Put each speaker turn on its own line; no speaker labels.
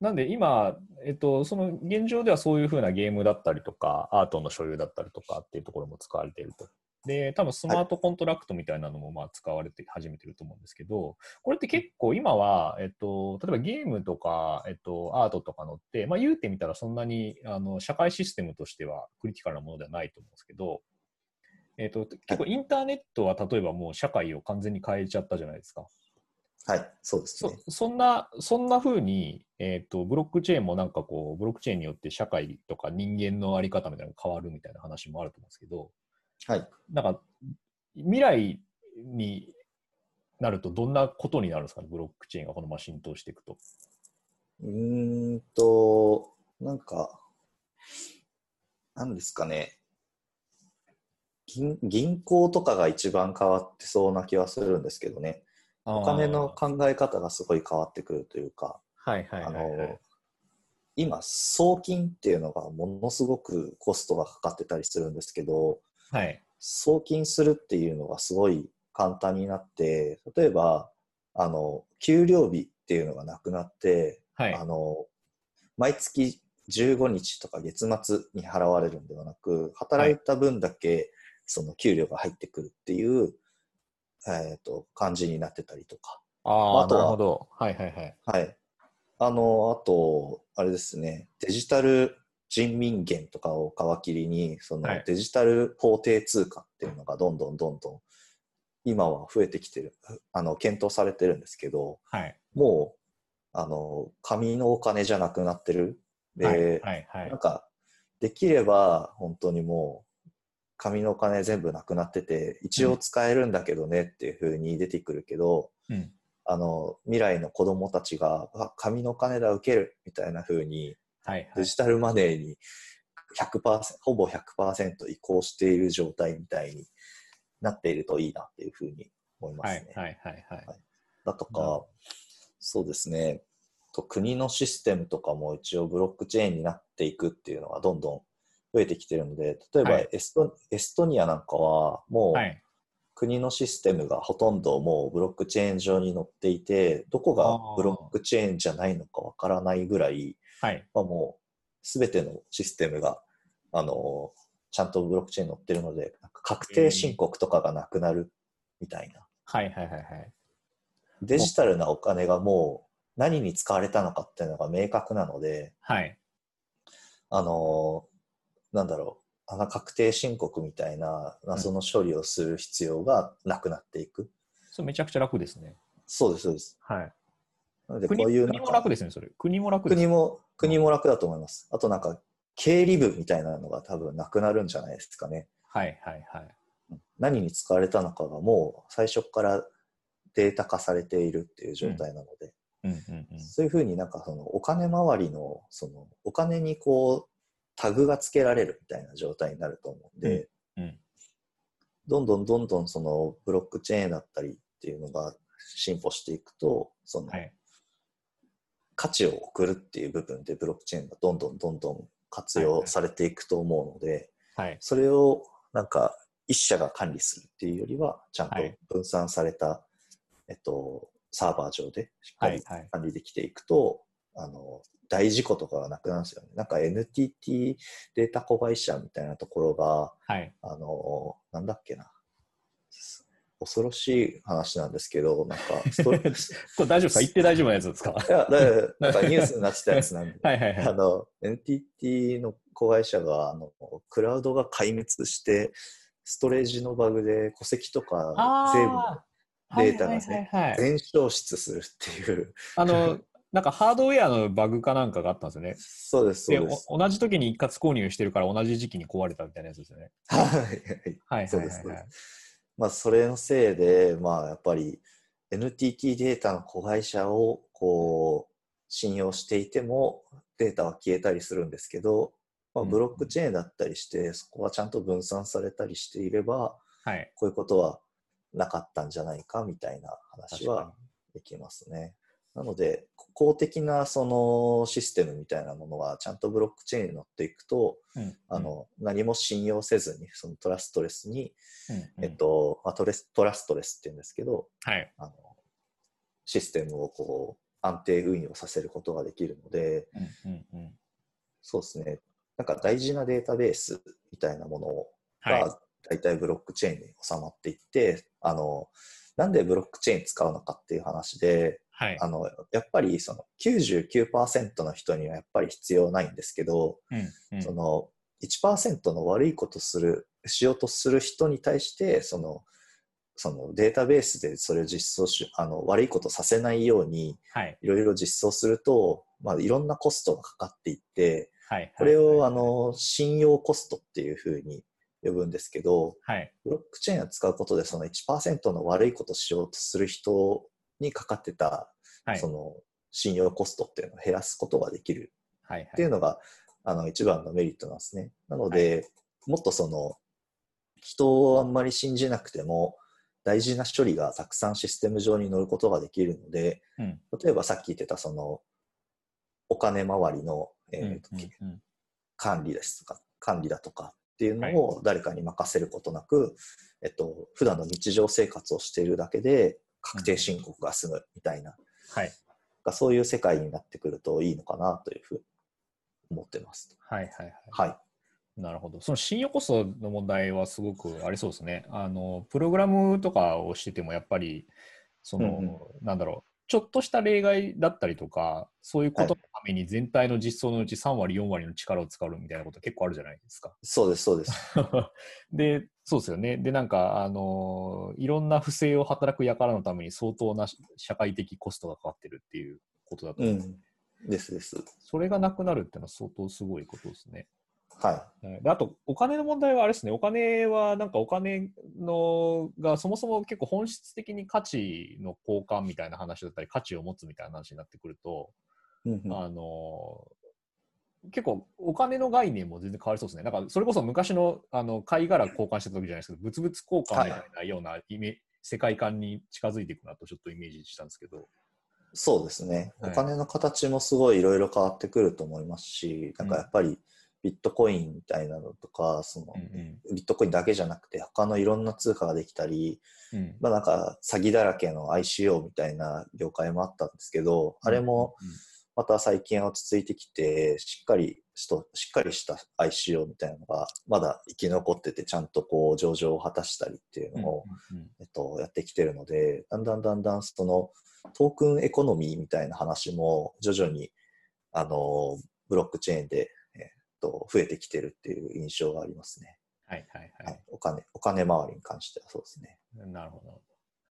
なんで今、えっと、その現状ではそういうふうなゲームだったりとか、アートの所有だったりとかっていうところも使われていると。で、多分スマートコントラクトみたいなのもまあ使われて始めてると思うんですけど、これって結構今は、えっと、例えばゲームとか、えっと、アートとかのって、まあ言うてみたらそんなにあの社会システムとしてはクリティカルなものではないと思うんですけど、えっと、結構インターネットは例えばもう社会を完全に変えちゃったじゃないですか。
はい、そうですね。
そそんな、そんな風に、えっ、ー、と、ブロックチェーンもなんかこう、ブロックチェーンによって社会とか人間のあり方みたいなのが変わるみたいな話もあると思うんですけど、
はい。
なんか、未来になるとどんなことになるんですかね、ブロックチェーンがこのまま浸透していくと。
うーんと、なんか、なんですかね。銀銀行とかが一番変わってそうな気はするんですけどね。お金の考え方がすごい変わってくるというか、
はいはい、はい、あの
今、送金っていうのがものすごくコストがかかってたりするんですけど、
はい、
送金するっていうのがすごい簡単になって、例えば、あの給料日っていうのがなくなって、
はい、
あの毎月15日とか月末に払われるんではなく、働いた分だけその給料が入ってくるっていう、えーと、と感じになってたりとか。
ああとなるほど。はいはい
はい。はい。あの、あと、あれですね、デジタル人民元とかを皮切りに、そのデジタル法定通貨っていうのがどんどんどんどん今は増えてきてる、あの、検討されてるんですけど、
はい、
もう、あの、紙のお金じゃなくなってる。
で、はいはいはい、
なんか、できれば本当にもう紙のお金全部なくなってて一応使えるんだけどねっていうふうに出てくるけど、
うん、
あの未来の子どもたちが紙のお金だ受けるみたいなふうに、
はいはい、
デジタルマネーに100%ほぼ100%移行している状態みたいになっているといいなっていうふうに思いますね。
はいはいはい、はい、
だとか、そうですねと国のシステムとかも一応ブロックチェーンになっていくっていうのがどんどん増えてきてるので、例えばエスト,はい、エストニアなんかは、もう国のシステムがほとんどもうブロックチェーン上に載っていて、どこがブロックチェーンじゃないのかわからないぐらい、
はい、
まあ、もうすべてのシステムが、あのちゃんとブロックチェーンに載ってるので、なんか確定申告とかがなくなるみたいな。
はいはいはいはい。
デジタルなお金がもう何に使われたのかっていうのが明確なので、
はい、
あのなんだろう、あの確定申告みたいな謎の処理をする必要がなくなっていく。うん、
それめちゃくちゃ楽ですね。
そうです、そうです。
はい。
なので、こういう
国も楽ですね、それ。国も楽
国も、国も楽だと思います。あとなんか、経理部みたいなのが多分なくなるんじゃないですかね。
はいはいはい。
何に使われたのかがもう最初からデータ化されているっていう状態なの
う
で、
んうんうんうん、
そういうふうになんかそのお金周りの、そのお金にこうタグがつけられるみたいな状態になると思うんで、
うんうん、
どんどんどんどんそのブロックチェーンだったりっていうのが進歩していくとその、価値を送るっていう部分でブロックチェーンがどんどんどんどん活用されていくと思うので、
はいはい、
それをなんか一社が管理するっていうよりはちゃんと分散された、はい、えっと、サーバー上でしっかり管理できていくと、あの大事故とかがなくなるんですよね。なんか NTT データ子会社みたいなところが、
はい、
あの、なんだっけな。恐ろしい話なんですけど、なんか
ストレ、 これ大丈夫ですか言って大丈夫なやつです か
いや、なんかニュースになってたやつなんで、
はいはいはい、
あの、NTT の子会社が、あの、クラウドが壊滅して、ストレージのバグで戸籍とか全部データがね、はいはいはいはい、全消失するっていう。
あの、なんかハードウェアのバグかなんかがあったんですよね。
そうです、そう
ですで。同じ時に一括購入してるから同じ時期に壊れたみたいなやつですよね。
はい、はい、はい。そうです。まあ、それのせいで、まあ、やっぱり NTT データの子会社をこう、信用していてもデータは消えたりするんですけど、まあ、ブロックチェーンだったりして、そこはちゃんと分散されたりしていれば、
はい、
こういうことはなかったんじゃないかみたいな話はできますね。なので、公的なそのシステムみたいなものはちゃんとブロックチェーンに乗っていくと、
うん、
あの何も信用せずにそのトラストレスに、、
うん
えっとまあ、トレストラストレスって言うんですけど、
はい、
あのシステムをこう安定運用させることができるので、
うんうんうん
そうですね、なんか大事なデータベースみたいなものを
はい
が大体ブロックチェーンに収まっていって、あのなんでブロックチェーン使うのかっていう話で
はい
あのやっぱりその99%の人にはやっぱり必要ないんですけど、
うんうん
その1%の悪いことするしようとする人に対してそのそのデータベースでそれを実装しあの悪いことさせないように
はい
いろいろ実装すると、まあ、いろんなコストがかかっていって
はい
これ
はい
をあの信用コストっていうふうに呼ぶんですけど
はい
ブロックチェーンを使うことでその1%の悪いことをしようとする人にかかってた、
はい
その信用コストっていうのを減らすことができる
はいはい
っていうのが、あの一番のメリットなんですね。なので、もっとその人をあんまり信じなくても大事な処理がたくさんシステム上に乗ることができるので、
うん
例えばさっき言ってたそのお金周りの、え
うん
ーと
うんうん
管理ですとか管理だとかっていうのを誰かに任せることなく、えっと普段の日常生活をしているだけで確定申告が済むみたいな、
はい
がそういう世界になってくるといいのかなというふうに思ってます。
はいはいはい
はい。
なるほど。その信用コストの問題はすごくありそうですね。あの、プログラムとかをしてても、やっぱり、その、
うん
なんだろう、ちょっとした例外だったりとか、そういうことのために全体の実装のうち3割、4割の力を使うみたいなこと結構あるじゃないですか。
そうです、そうです。
で、そうですよね。で、なんか、あの、いろんな不正を働く輩のために相当な社会的コストがかかってるっていうことだと、
うん。です、です。
それがなくなるっていうのは相当すごいことですね。
は
はいであと、お金の問題はあれですね、お金はなんかお金のがそもそも結構本質的に価値の交換みたいな話だったり、価値を持つみたいな話になってくると、
い。うんうん
あの結構お金の概念も全然変わりそうですね。なんかそれこそ昔のあの貝殻交換してた時じゃないですけど、物々交換みたいなようなイメ、世界観に近づいていくなとちょっとイメージしたんですけど。
そうですね。
は
お
い
金の形もすごいいろいろ変わってくると思いますし、なんかやっぱりビットコインみたいなのとか、その、
うん
ビットコインだけじゃなくて他のいろんな通貨ができたり、
うんうん
まあなんか詐欺だらけの ICO みたいな業界もあったんですけど、あれもまた最近は落ち着いてきて、しっかりしとしっかりした ICO みたいなのが、まだ生き残ってて、ちゃんとこう上場を果たしたりっていう
うんうん
のを、
うんうん
えっと、やってきてるので、だんだんだんだんそのトークンエコノミーみたいな話も徐々にあのブロックチェーンで、えっと、増えてきてるっていう印象がありますね。
はいはいは
はいい、お金お金回りに関してはそうですね。
なるほど。